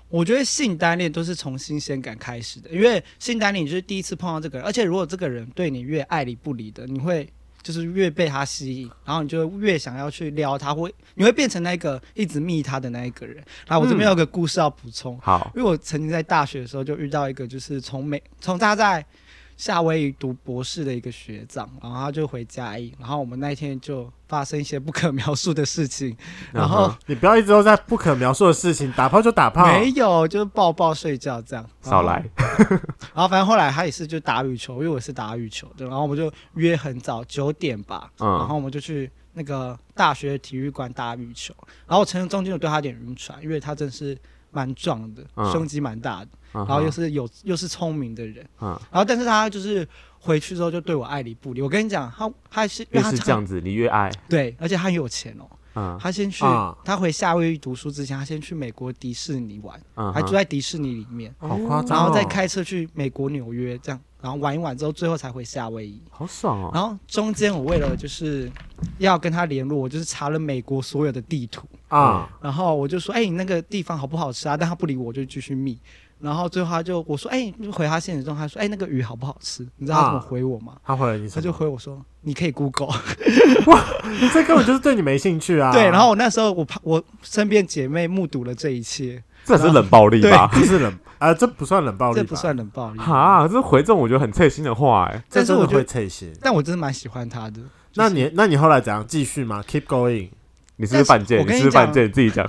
C: 我觉得性单恋都是从新鲜感开始的，因为性单恋你就是第一次碰到这个人，而且如果这个人对你越爱理不理的，你会就是越被他吸引，然后你就会越想要去撩他，会你会变成那个一直密他的那一个人。然后我这边有个故事要补充，
B: 好
C: 因为我曾经在大学的时候就遇到一个，就是从美从他在夏威夷读博士的一个学长，然后他就回嘉义，然后我们那一天就发生一些不可描述的事情，然后
B: 嗯
A: 你不要一直都在不可描述的事情，打炮就打炮，
C: 没有就是抱抱睡觉这样，
B: 少来，
C: 然后反正后来他也是就打羽球，因为我是打羽球的，然后我们就约很早九点吧，
B: 嗯
C: 然后我们就去那个大学体育馆打羽球，然后我承认中间我对他有点晕船，因为他真的是蛮壮的，
B: 嗯
C: 胸肌蛮大的，
B: 然
C: 然后又是有又是聪明的人，
B: 嗯
C: 然后但是他就是回去之后就对我爱理不理，我跟你讲，他他是因为
B: 越
C: 他
B: 是这样子，你越爱，
C: 对，而且他很有钱哦，
B: 嗯
C: 他先去、
A: 啊
C: 他回夏威夷读书之前，他先去美国迪士尼玩，
B: 嗯，
C: 还住在迪士尼里面。
A: 好夸张、
C: 然
A: 哦，
C: 后再开车去美国纽约这样，然后玩一玩之后，最后才回夏威夷。
B: 好爽哦，
C: 然后中间我为了就是要跟他联络，我就是查了美国所有的地图，
A: 啊、
C: 然后我就说，哎、你那个地方好不好吃啊？但他不理我，我就继续密。然后最后他就我说，哎、你就回他现实中，他说，哎、那个鱼好不好吃？你知道他
A: 啊
C: 怎么回我吗？
A: 他回了你什
C: 他
A: 么？
C: 就回我说，你可以 Google。
A: 啊这根本就是对你没兴趣啊。
C: 对，然后我那时候我怕我身边姐妹目睹了这一切，
B: 这是冷暴力吧？
A: 这是冷啊、这不算冷暴力吧，
C: 这不算冷暴力。
B: 哈，这回这种我觉得很刺心的话，哎，
A: 这
C: 但是
A: 真
C: 我
A: 的
C: 觉
A: 会
C: 得，
A: 刺心。
C: 但我真的蛮喜欢他的。
A: 那你那你后来怎样继续吗？Keep going，
B: 你是不是犯贱？
C: 但是我
B: 你
C: 跟
B: 是不
C: 你
B: 是
C: 讲
B: 犯贱？你自己 讲，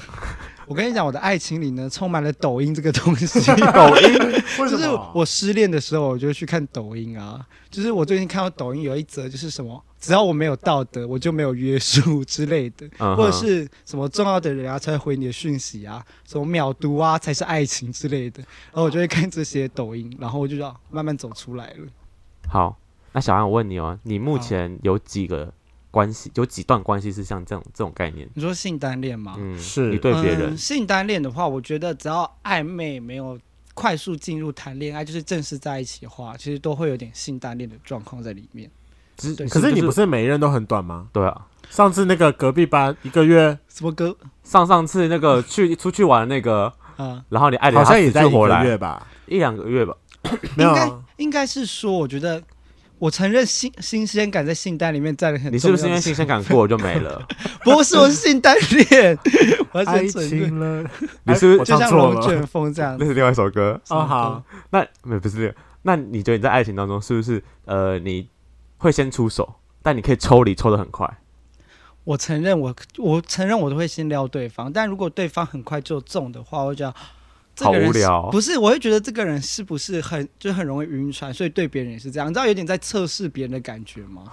C: 我跟你讲，我的爱情里呢，充满了抖音这个 东西。
B: 抖音
A: 为
C: 就
A: 什
C: 是
A: 么？
C: 我失恋的时候，我就去看抖音啊。就是我最近看到抖音有一则，就是什么，只要我没有道德，我就没有约束之类的，
B: 嗯哼
C: 或者是什么重要的人啊才会回你的讯息啊，什么秒读啊才是爱情之类的。然后我就会看这些抖音，然后我就要慢慢走出来了。
B: 好，那小安，我问你哦，你目
C: 好
B: 前有几个关系，有几段关系是像这种这种概念？
C: 你说性单恋吗？
B: 嗯，
A: 是
B: 你对别人
C: 嗯、，性单恋的话，我觉得只要暧昧没有快速进入谈恋爱，就是正式在一起的话，其实都会有点性单恋的状况在里面。
B: 只
C: 对
A: 可是你不
B: 是
A: 是每一任都很短吗？
B: 对啊？
A: 上次那个隔壁班一个月
C: 什么歌
B: 上上次那 个去出去玩的那个，
C: 啊？
B: 然哎后你爱的
A: 好
B: 他
A: 像也
B: 死
A: 在
B: 去
A: 一
B: 活
A: 个
B: 来
A: 月吧，
B: 一两个月吧，
A: 没有
C: 应
A: 啊
C: 该应该是说，我觉得我承认新新鲜感在性单里面占了很
B: 你是
C: 重
B: 不
C: 要的
B: 是因为新鲜感过了就没了？
C: 不是我是性单恋，我要
A: 爱
C: 先承认，
A: 情了，
B: 你是不是
A: 哎我
C: 就
A: 唱
C: 像
A: 错
C: 龙
A: 了
C: 卷嗯风这样
B: 那。是另外一首歌。
A: 哦，好，
B: 那没不是这个，那你觉得你在爱情当中是不是呃你会先出手，但你可以抽离抽的很快？
C: 我承认我我承认我都会先撩对方，但如果对方很快就中的话，我会觉得。这个人是
B: 好无聊
C: 不是，我会觉得这个人是不是很就很容易晕船，所以对别人也是这样，你知道有点在测试别人的感觉吗？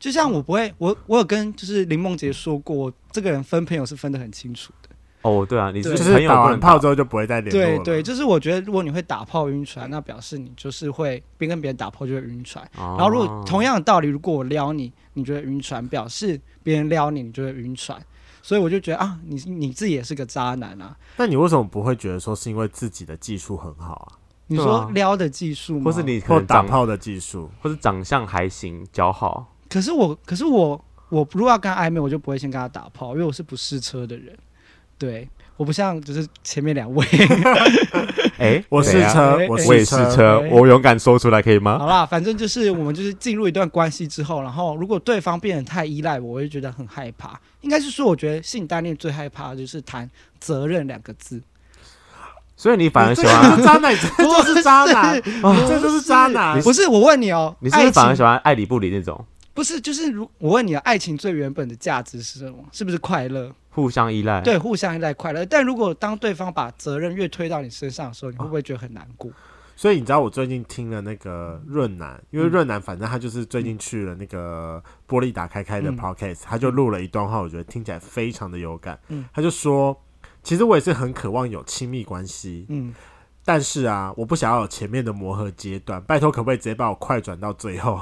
C: 就像我不会，我我有跟就是林梦洁说过，我这个人分朋友是分得很清楚的。
B: 哦，对啊，你是
A: 就
C: 对
B: 朋
A: 是
B: 友
A: 打
B: 不
A: 完
B: 能
A: 炮之后就不会再联络
C: 对
A: 了。
C: 对，就是我觉得如果你会打炮晕船，那表示你就是会边跟别人打炮就会晕船。
B: 然
C: 然后如果同样的道理，如果我撩你，你就会晕船，表示别人撩你，你就会晕船。所以我就觉得啊，你你自己也是个渣男啊！
A: 那你为什么不会觉得说是因为自己的技术很好啊，
C: 你
B: 对
C: 说
B: 啊
C: 撩的技术吗？
B: 或是你可
A: 或
B: 能
A: 打
B: 长
A: 炮的技术？
B: 或是长相还行，较好。
C: 可是我，可是我，我如果要跟他暧昧，我就不会先跟他打炮，因为我是不试车的人。对，我不像就是前面两位。
B: 哎、
A: 我
B: 谁
A: 试
B: 啊
A: 车
C: 哎，
A: 试
B: 我也试车
C: 哎，
B: 我勇敢说出来可以吗？
C: 好啦，反正就是我们就是进入一段关系之后，然后如果对方变得太依赖我，我就觉得很害怕。应该是说，我觉得性单恋最害怕的就是谈责任两个字。
B: 所以你反而
A: 你
B: 喜
A: 这个
B: 欢，
C: 啊
A: 就是渣男，你 这就是是渣男，你这
B: 啊
C: 不
A: 就是渣男。
C: 不是我问你哦、
B: 你是不
C: 爱
B: 是反而
C: 情
B: 喜欢爱理不理那种
C: 不是就是如我问你、啊，爱情最原本的价值是什么？是不是快乐？
B: 互相依赖？，
C: 对，互相依赖快乐。但如果当对方把责任越推到你身上的时候，你会不会觉得很难过？
A: 所以你知道我最近听了那个润南，因
B: 嗯
A: 为润南反正他就是最近去了那个玻璃打开开的
C: 嗯
A: podcast，、他就录了一段话，我觉得听起来非常的有感。
C: 嗯
A: 他就说，其实我也是很渴望有亲密关系，
C: 嗯，
A: 但是啊，我不想要有前面的磨合阶段。拜托，可不可以直接把我快转到最后？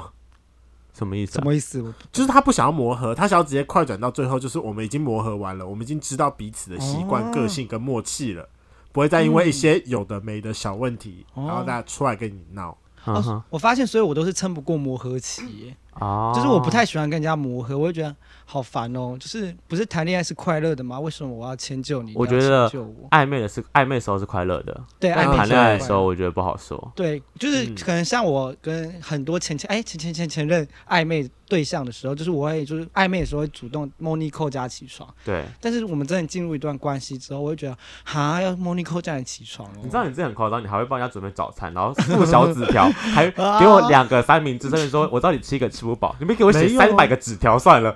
B: 什么意思
C: 什
B: 啊？
C: 么意思？我
A: 就是他不想要磨合，他想要直接快转到最后，就是我们已经磨合完了，我们已经知道彼此的习惯、
C: 哦嗯
A: 个性跟默契了，不会再因为一些有的没的小问题，
C: 哦
A: 然后大家出来跟你闹。
B: 嗯哼
C: 哦，我发现，所以我都是撑不过磨合期耶，
B: 啊，
C: 哦就是我不太喜欢跟人家磨合，我会觉得好烦哦。就是不是谈恋爱是快乐的吗？为什么我要迁就你？
B: 我
C: 你要
B: 觉得
C: 迁就我
B: 暧昧的是暧昧的时候是快乐的，
C: 对
A: 但
C: 暧
B: 但
C: 昧
B: 谈
C: 是
B: 恋爱的
C: 快
B: 时
C: 乐
B: 候我觉得不好说。
C: 对，就是
A: 嗯
C: 可能像我跟很多前前哎前前前前任暧昧对象的时候，就是我会就是暧昧的时候会主动 Monico 加起床，
B: 对，
C: 但是我们真的进入一段关系之后，我会觉得哈要 Monico 叫你起床哦，
B: 你知道你自己很夸张，你还会帮人家准备早餐，然后附小纸 条，还给我
C: 啊
B: 两个三明治，甚至说我到底吃一个吃不饱，你们给我写
A: 没有啊
B: 三百个纸条算了。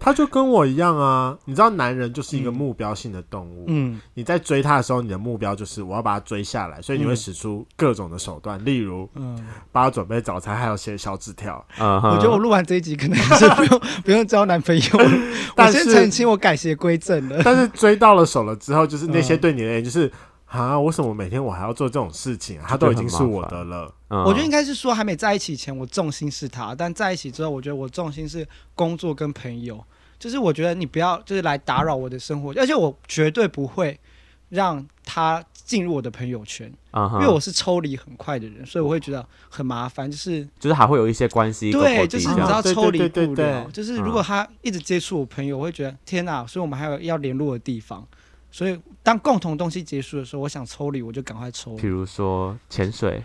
A: 他就跟我一样啊，你知道，男人就是一个目标性的动物。
C: 嗯
A: 你在追他的时候，你的目标就是我要把他追下来，所以你会
C: 嗯
A: 使出各种的手段，例如
C: 嗯，
A: 帮他准备早餐，还有写小纸条。
B: 嗯哼，
C: 我觉得我录完这一集可能是不用 不用交男朋友了，我
A: 但
C: 先
A: 是
C: 澄清我改邪归正了。
A: 但是追到了手了之后，就是那些
C: 嗯
A: 对你的人，就是啊，为什么每天我还要做这种事情、啊？他都已经是我的了。
B: 嗯
C: 我觉得应该是说还没在一起前，我重心是他；但在一起之后，我觉得我重心是工作跟朋友。就是我觉得你不要就是来打扰我的生活，而且我绝对不会让他进入我的朋友圈，
B: 嗯
C: 因
B: 哼，
C: 为我是抽离很快的人，所以我会觉得很麻烦。就是
B: 就是还会有一些关系勾勾
C: 对，
B: 地
C: 就是
B: 这
C: 你知
B: 样
C: 道
A: 对对
C: 抽离不
A: 对对
C: 了，
A: 对
C: 就是如果他一直接触我朋友，我会觉得天哪、所以我们还有要联络的地方。所以当共同东西结束的时候，我想抽离，我就赶快抽
B: 比
C: 离。
B: 如说潜水，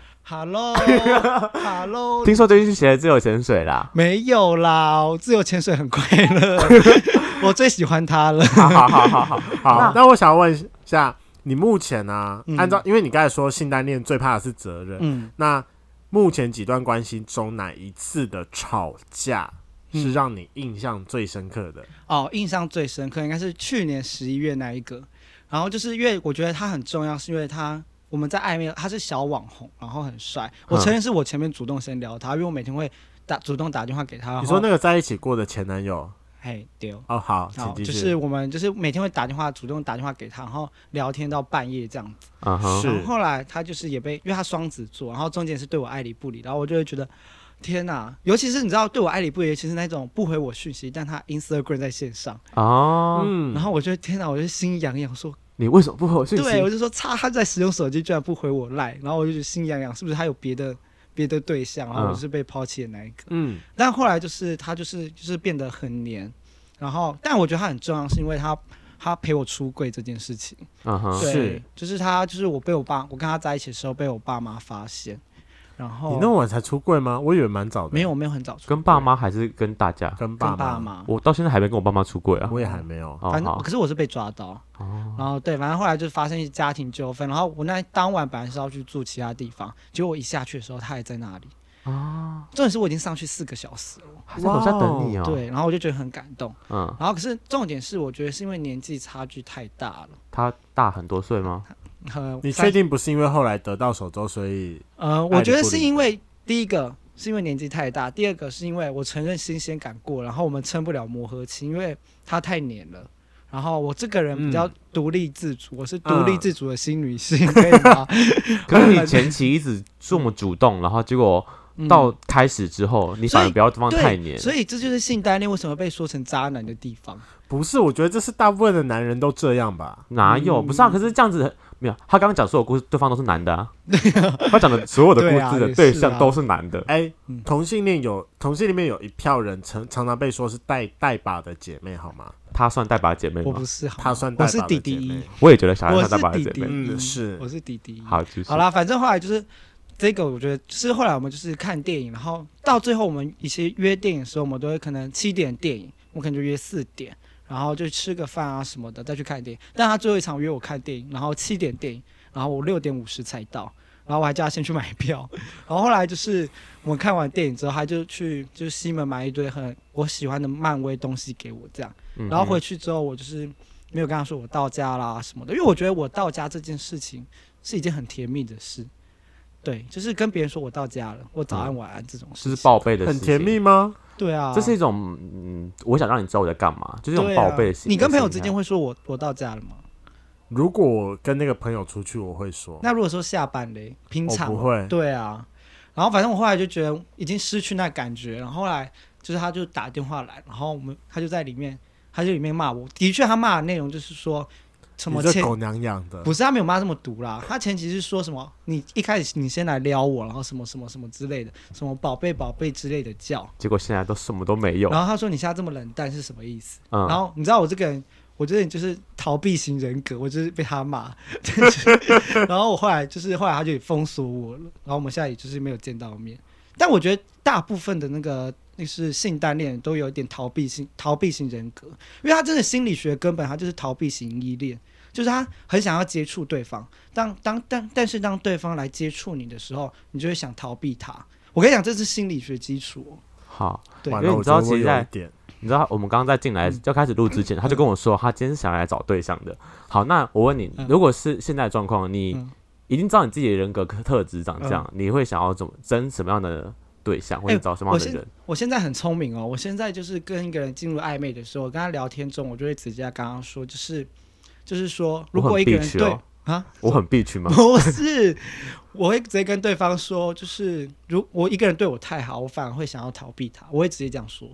C: Hello，Hello，，
B: 听说最近去学的自由潜水啦
C: 没有啦，我自由潜水很快 乐，我最喜欢它了。
B: 好好好好好，
A: 好，那我想问一下，你目前呢、
C: 嗯
A: 按照因为你刚才说性单恋最怕的是责任，
C: 嗯，
A: 那目前几段关系中哪一次的吵架
C: 嗯
A: 是让你印象最深刻的？
C: 哦，印象最深刻应该是去年十一月那一个，然后就是因为我觉得他很重要，是因为他我们在暧昧，他是小网红，然后很帅。我承认是我前面主动先聊他，因为我每天会打主动打电话给他。
A: 你说那
C: 个？
A: 个在一起过的前男友？
C: 嘿，丢。
A: 哦，好，
C: 好，
A: 请继
C: 就
A: 续。
C: 是我们就是每天会打电话，主动打电话给他，然后聊天到半夜这样子。
B: 嗯哼，
A: 是
C: 然后后来他就是也被，因为他双子座，然后中间是对我爱理不理，然后我就会觉得天哪，尤其是你知道对我爱理不理，尤其是那种不回我讯息，但他 Instagram 在线上，
B: 哦，
A: 嗯
C: 然，后我就天哪，我就心痒痒说，
B: 你为什么不回我讯
C: 对我
B: 息？
C: 就说擦，他在使用手机居然不回我赖，然后我就觉得心痒痒，是不是他有别的别的对象，然后我
B: 嗯
C: 就是被抛弃的那一个。
A: 嗯，
C: 但后来就是他就是就是变得很黏，然后但我觉得他很重要，是因为他他陪我出柜这件事情。
B: 嗯哼，
C: 对，
A: 是
C: 就是他，就是我被我爸，我跟他在一起的时候被我爸妈发现，然后
A: 你那么晚才出柜吗？我以为蛮早的。
C: 没有，我没有很早出
B: 跟爸妈还是跟大家？
A: 跟
C: 跟
A: 爸
C: 爸
A: 妈，
C: 妈，嗯
B: 我到现在还没跟我爸妈出柜啊。
A: 我也还没有。
B: 哦
C: 反正
B: 好
C: 可是我是被抓到，
B: 哦，
C: 然后对，反正后来就发生一些家庭纠纷，然后我那当晚本来是要去住其他地方，结果我一下去的时候他还在那里，
A: 哦
B: 啊，
C: 重点是我已经上去四个小时了，
B: 还在楼下等你哦。，
C: 对，然后我就觉得很感动，
B: 嗯，
C: 然后可是重点是我觉得是因为年纪差距太大了，
B: 他大很多岁 吗？
C: 呃，
A: 你
C: 三
A: 确定不是因为后来得到手周，所以
C: 呃，
A: 爱
C: 我
A: 理
C: 觉得
A: 不
C: 是
A: 理
C: 因为第一个是因为年纪太大，第二个是因为我承认新鲜感过，然后我们撑不了磨合期，因为他太黏了。然后我这个人比较
A: 嗯
C: 独立自主，我是独立
A: 嗯
C: 自主的新女性，可以 吗？
B: 可是你前期一直这么主动，然后结果
C: 嗯
B: 到开始之后，你反而不要放太
C: 对，
B: 黏。
C: 所以这就是性单恋为什么被说成渣男的地方。
A: 不是？我觉得这是大部分的男人都这样吧。
B: 哪有？
C: 嗯
B: 不是啊，可是这样子没有。他刚刚讲所有故事，对方都是男的啊。他讲的所有的
C: 对啊
B: 故事的
C: 也
B: 对
C: 是啊
B: 象都是男的。
A: 哎、
C: 嗯
A: 同性恋有同性里面有一票人常常常被说是带带把的姐妹，好吗？
B: 他算带把姐妹
C: 我
B: 吗
C: 不？是好吗，
A: 她算带
C: 哦我是
A: 把
C: 弟
A: 的姐
C: 弟
A: 妹，。
B: 我也觉得小孩
C: 我
B: 算带
C: 是
B: 把的
C: 弟
B: 姐
C: 弟
B: 妹。
A: 嗯，是
C: 我。是弟弟。
B: 好，继续
C: 好。啦，反正后来就是这个，我觉得就是后来我们就是看电影，然后到最后我们一些约电影的时候，我们都会可能七点电影，我可能就约四点，然后就吃个饭啊什么的再去看电影。但他最后一场约我看电影，然后七点电影，然后我六点五十才到。然后我还叫他先去买票， 然后后来就是我们看完电影之后，他就去就是西门买一堆很我喜欢的漫威东西给我这样，
B: 嗯
C: 然后回去之后，我就是没有跟他说我到家啦什么的，因为我觉得我到家这件事情是一件很甜蜜的事。对，就是跟别人说我到家了，我早安晚安这种事
B: 嗯
C: 情，
B: 就是报备的事
A: 很
B: 情，
A: 甜蜜吗？
C: 对啊，
B: 这是一种嗯，我想让你知道我在干嘛，就是一种
C: 对啊
B: 报备型。
C: 你跟朋友之间会说我我到家了吗？
A: 如果我跟那个朋友出去，我会说，
C: 那如果说下班嘞，平
B: 哦
A: 我
C: 常
A: 不会。
C: 对啊，然后反正我后来就觉得已经失去那感觉，然后后来就是他就打电话来，然后我们他就在里面，他就里面骂我，的确他骂的内容就是说什
A: 你
C: 么
A: 这
C: 前
A: 狗娘养的，
C: 不是他没有骂这么毒啦，他前期是说什么你一开始你先来撩我，然后什么什么什么之类的，什么宝贝宝贝之类的叫，
B: 结果现在都什么都没有。
C: 然后他说你现在这么冷淡是什么意思？
B: 嗯，
C: 然后你知道我这个人，我这个人就是逃避型人格，我就是被他骂。 然后我后来就是后来他就也封锁我了，然后我们现在也就是没有见到面。但我觉得大部分的那个那是性单恋都有一点逃避性逃避型人格，因为他真的心理学根本他就是逃避型依恋，就是他很想要接触对方，当当但但是当对方来接触你的时候，你就会想逃避他。我跟你讲，这是心理学基础哦、
B: 好，
C: 对
A: 完
B: 因
A: 了，
B: 为
A: 我
B: 你知道
A: 觉得我
B: 其实
A: 有
B: 在
A: 一点，
B: 你知道我们刚刚在进来
C: 嗯
B: 要开始录之前，他就跟我说他今天是想来找对象的。好，那我问你
C: 嗯，
B: 如果是现在的状况，你
C: 嗯
B: 已经知道你自己的人格特质长这样，你会想要怎么争什么样的对象，或者
C: 哎
B: 找什么
C: 我
B: 样的
C: 现
B: 人？
C: 我现在很聪明哦，我现在就是跟一个人进入暧昧的时候，我跟他聊天中，我就会直接刚刚说，就是就是说，如果一个人
B: 必须
C: 对、
B: 哦
C: 啊，
B: 我很必须吗？
C: 不是，我会直接跟对方说，就是如我一个人对我太好，我反而会想要逃避他，我会直接这样说。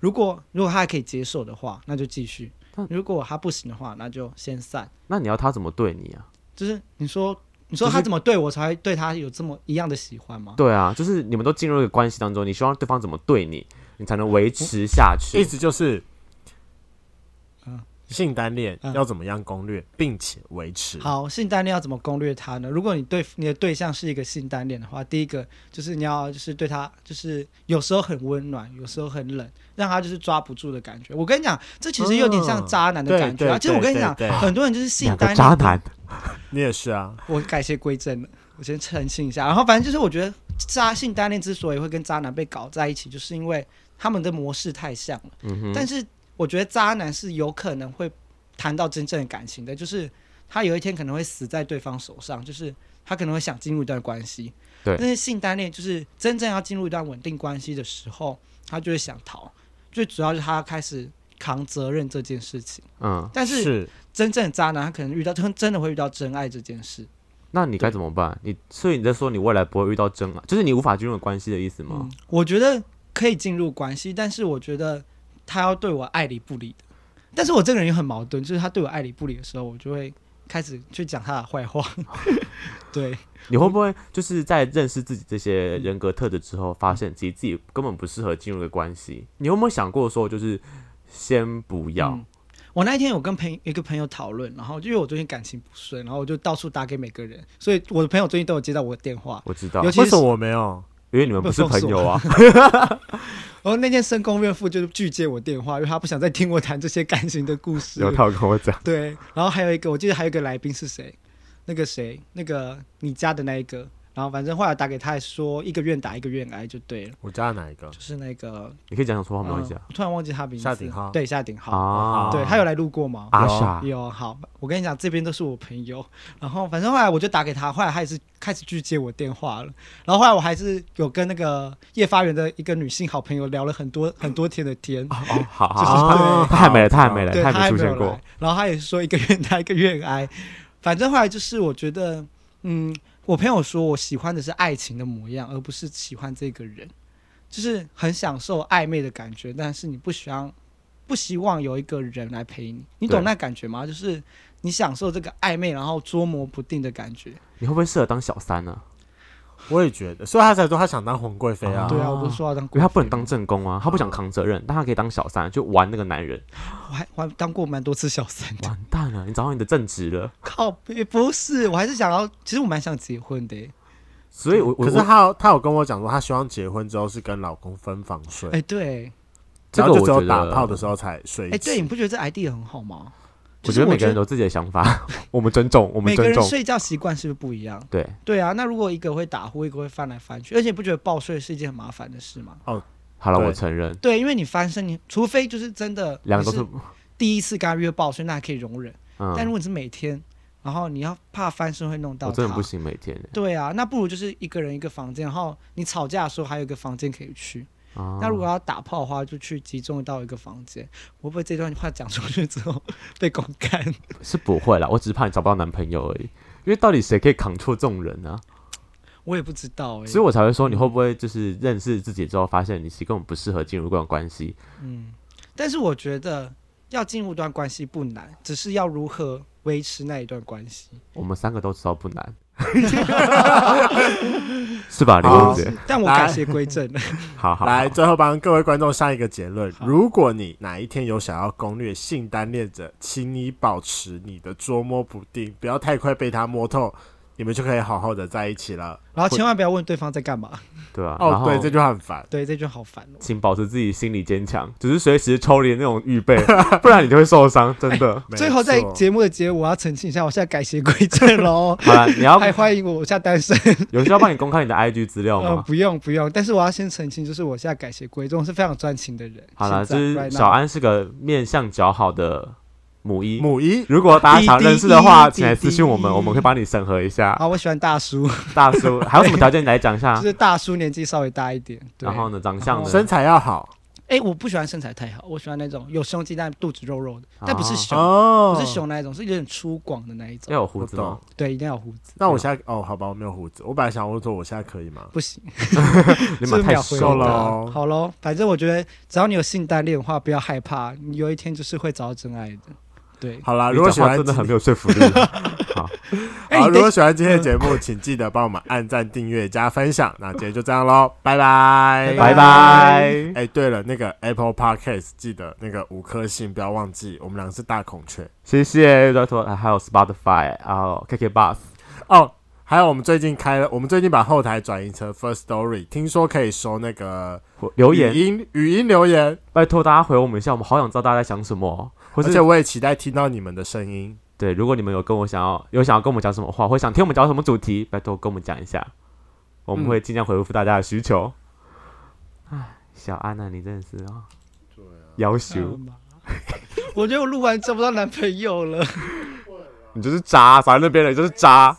C: 如果如果他还可以接受的话，那就继续
B: 但；
C: 如果他不行的话，那就先散。
B: 那你要他怎么对你
C: 嗯
B: 啊？
C: 就是你说，你说他怎么对我才会对他有这么一样的喜欢吗？
B: 对啊，就是你们都进入一个关系当中，你希望对方怎么对你，你才能维持下
A: 意
C: 哎
B: 去。
A: 思就是
C: 嗯，
A: 性单恋
C: 嗯
A: 要怎么样攻略，并且维持。
C: 好，性单恋要怎么攻略它呢？如果你对你的对象是一个性单恋的话，第一个就是你要就是对他就是有时候很温暖，有时候很冷，让他就是抓不住的感觉。我跟你讲，这其实有点像
A: 嗯
C: 渣男的
A: 对
C: 感觉
A: 对
C: 啊。其实我
A: 对
C: 跟你讲，
A: 对对
C: 很多人就是性
B: 两个
C: 单
B: 渣
C: 恋，
B: 男，
A: 你也是啊，
C: 我改邪归正了，我先澄清一下。然后反正就是我觉得渣性单恋之所以会跟渣男被搞在一起，就是因为他们的模式太像了。
B: 嗯哼，
C: 但是我觉得渣男是有可能会谈到真正的感情的，就是他有一天可能会死在对方手上，就是他可能会想进入一段关系。
B: 对
C: 但是性单恋就是真正要进入一段稳定关系的时候，他就会想逃，最主要是他开始扛责任这件事情。
B: 嗯，
C: 但是
A: 是
C: 真正的渣男，他可能遇到真真的会遇到真爱这件事。
B: 那你该怎么办？你所以你在说你未来不会遇到真爱，就是你无法进入关系的意思吗
C: 嗯？，我觉得可以进入关系，但是我觉得他要对我爱理不理的。但是我这个人也很矛盾，就是他对我爱理不理的时候，我就会开始去讲他的坏话。 对，
B: 你会不会就是在认识自己这些人格特质之后，发现自己自己根本不适合进入一个关系？你有没有想过说，就是先不要？
C: 嗯我那一天有跟朋一个朋友讨论，然后就因为我最近感情不顺，然后我就到处打给每个人，所以我的朋友最近都有接到我的电话。
B: 我知道
C: 尤，其
A: 为
C: 是
A: 什么我没有？
B: 因为你们不是朋友啊。
C: 然后那天深宫怨妇就是拒接我电话，因为她不想再听我谈这些感情的故事。
B: 有他有跟我讲，
C: 对，然后还有一个，我记得还有一个来宾是谁？那个谁，那个你家的那一个。然后反正后来打给他说，一个愿打一个愿挨就对了，
A: 我加了哪一个？
C: 就是那个
B: 你可以讲讲说话没关系
C: 嗯
B: 啊。
C: 我突然忘记他名字。
A: 夏鼎浩
C: 对，夏鼎浩。
B: 啊，
C: 对，他有来录过吗？
B: 阿
A: 有
B: 傻，
C: 有好，我跟你讲，这边都是我朋友。然后反正后来我就打给他，后来他也是开始拒接我电话了。然后后来我还是有跟那个叶发源的一个女性好朋友聊了很多很多天的天，
B: 哦，好好
C: 就是
B: 好，
A: 啊
B: 他还没来，他还没来，
C: 对，
B: 他
C: 他还
B: 没出
C: 没
B: 现
C: 有
B: 过
C: 来。。然后他也说一个愿打一个愿挨， 反正后来就是我觉得，嗯，我朋友说我喜欢的是爱情的模样，而不是喜欢这个人，就是很享受暧昧的感觉，但是你不喜欢，不希望有一个人来陪你，你懂
B: 对
C: 那感觉吗？就是你享受这个暧昧，然后捉摸不定的感觉。
B: 你会不会适合当小三呢？
A: 我也觉得，所以他才说他想当红贵妃啊。
C: 对啊，我不是说要当
B: 因为
C: 贵
B: 他
C: 妃，
B: 不能当正宫啊，他不想扛责任，但他可以当小三，就玩那个男人。
C: 我还我还当过蛮多次小三的。
B: 完蛋了，你找到你的正职了。
C: 靠背，不是，我还是想要，其实我蛮想结婚的耶。欸
B: 所以我，我
A: 可是
B: 我
A: 他有他有跟我讲说，他希望结婚之后是跟老公分房睡，
C: 哎，对，
B: 这
A: 然后
B: 个
A: 就只
B: 我觉
A: 有
B: 得
A: 打炮的时候才睡一
C: 哎、对，
A: 起。
C: 你不觉得这 idea 很好吗？
B: 我
C: 就
B: 觉
C: 是
B: 得每个
C: 觉
B: 人
C: 得
B: 有自己的想法，我们尊重，我们
C: 每个
B: 尊
C: 人
B: 重。
C: 睡觉习惯是不是不一样？
B: 对，
C: 对啊，那如果一个会打呼，一个会翻来翻去，而且你不觉得抱睡是一件很麻烦的事吗？
B: 好了，
A: 对
B: 我承认，
C: 对，因为你翻身，你除非就是真的
B: 两个
C: 你
B: 都
C: 是
B: 是，
C: 第一次跟他约抱睡，那还可以容忍。但
B: 嗯，
C: 如果你是每天，然后你要怕翻身会弄到
B: 我
C: 他，
B: 真的不行，每天欸。
C: 对啊，那不如就是一个人一个房间，然后你吵架的时候还有一个房间可以去，
B: 啊
C: 那如果要打炮的话，就去集中到一个房间。我会不会这段话讲出去之后 被公干？
B: 是不会啦，我只是怕你找不到男朋友而已。因为到底谁可以扛错这种人呢、啊
C: 我也不知道哎、
B: 所以我才会说，你会不会就是认识自己之后，发现你是根本不适合进入这段关系？
C: 但是我觉得要进入一段关系不难，只是要如何维持那一段关系。
B: 我们三个都知道不 难，是吧，林
A: 好
B: 公姐？
C: 但我
A: 来
C: 改邪归正了。
B: 好好，
A: 来，
B: 好
A: 最后帮各位观众下一个结论：
C: 好
A: 如果你哪一天有想要攻略性单恋者，请你保持你的捉摸不定，不要太快被他摸透，你们就可以好好的在一起了。
C: 然后千万不要问对方在 干嘛。
B: 对啊，然
A: 哦，
B: 后
A: 对，这句话很烦。
C: 对，这就好烦哦。
B: 请保持自己心理坚强，只是随时抽离那种预备，不然你就会受伤，真 的。
A: 没
C: 最后在
A: 错
C: 节目的结尾，我要澄清一下，我现在改邪归正
B: 。
C: 喽
B: 好了，你要
C: 还欢迎我，我现在单身。
B: 有需要帮你公开你的 IG 资料
C: 呃，
B: 吗？
C: 不用不用，但是我要先澄清，就是我现在改邪归正，我是非常专情的人。
B: 好了，就
C: 现在
B: 是
C: right
B: 小
C: now
B: 安是个面相较好的母一。
A: 母一，
B: 如果大家想认识的话，
C: 滴滴
B: 请来私信我们，
C: 滴滴
B: 我们会帮你审核一下。
C: 啊，我喜欢大叔，
B: 大叔，还有什么条件你来讲一下
C: 就？ 是大叔年纪稍微大一点。对
B: 啊然后呢，长相呢？
A: 身材要好
C: 哎、我不喜欢身材太好，我喜欢那种有胸肌但肚子肉肉的，
B: 啊
C: 但不是熊，
A: 哦，
C: 不是熊那一种，是有点粗犷的那一种。
B: 嗯要有胡子
A: 我
B: 吗
A: 懂？
C: 对，一定要有胡子，
A: 那我现在哦，好吧，我没有胡子。我本来想问说，我现在可以吗？
C: 不行，
B: 你们
C: 是
B: 太
C: 秒回
B: 瘦
A: 了
B: 了。
A: 哦
C: 好喽，反正我觉得只要你有性单恋的话，不要害怕，你有一天就是会找到真爱的。对，
A: 好啦，
B: 你
A: 如果
B: 讲
A: 喜
B: 话
A: 欢
B: 真的很没有说服力。 好，
C: 哎、
A: 好，
C: 你
A: 如
C: 等
A: 果喜欢今天的节目，请记得帮我们按赞、订阅、加分享。那今天就这样喽，拜拜，
B: 拜拜。
A: 哎、对了，那个 Apple Podcast 记得那个五颗星，不要忘记，我们两个是大孔雀
B: 谢谢 d o 还有 Spotify，还有 KK Bus。
A: 哦。还有，我们最近开了，我们最近把后台转移成 First Story，听说可以收那个
B: 留
A: 语
B: 言，
A: 音语音留言，
B: 拜托大家回我们一下，我们好想知道大家在想什么哦，或
A: 而且
B: 是
A: 我也期待听到你们的声音。
B: 对，如果你们有跟我想要有想要跟我们讲什么话，或想听我们讲什么主题，拜托跟我们讲一下，我们
A: 嗯
B: 会尽量回复大家的需求。唉，小安娜，你真的是啊，要 求
C: 我觉得我录完找不到男朋友了。
B: 你就是渣，反正那边人就是渣。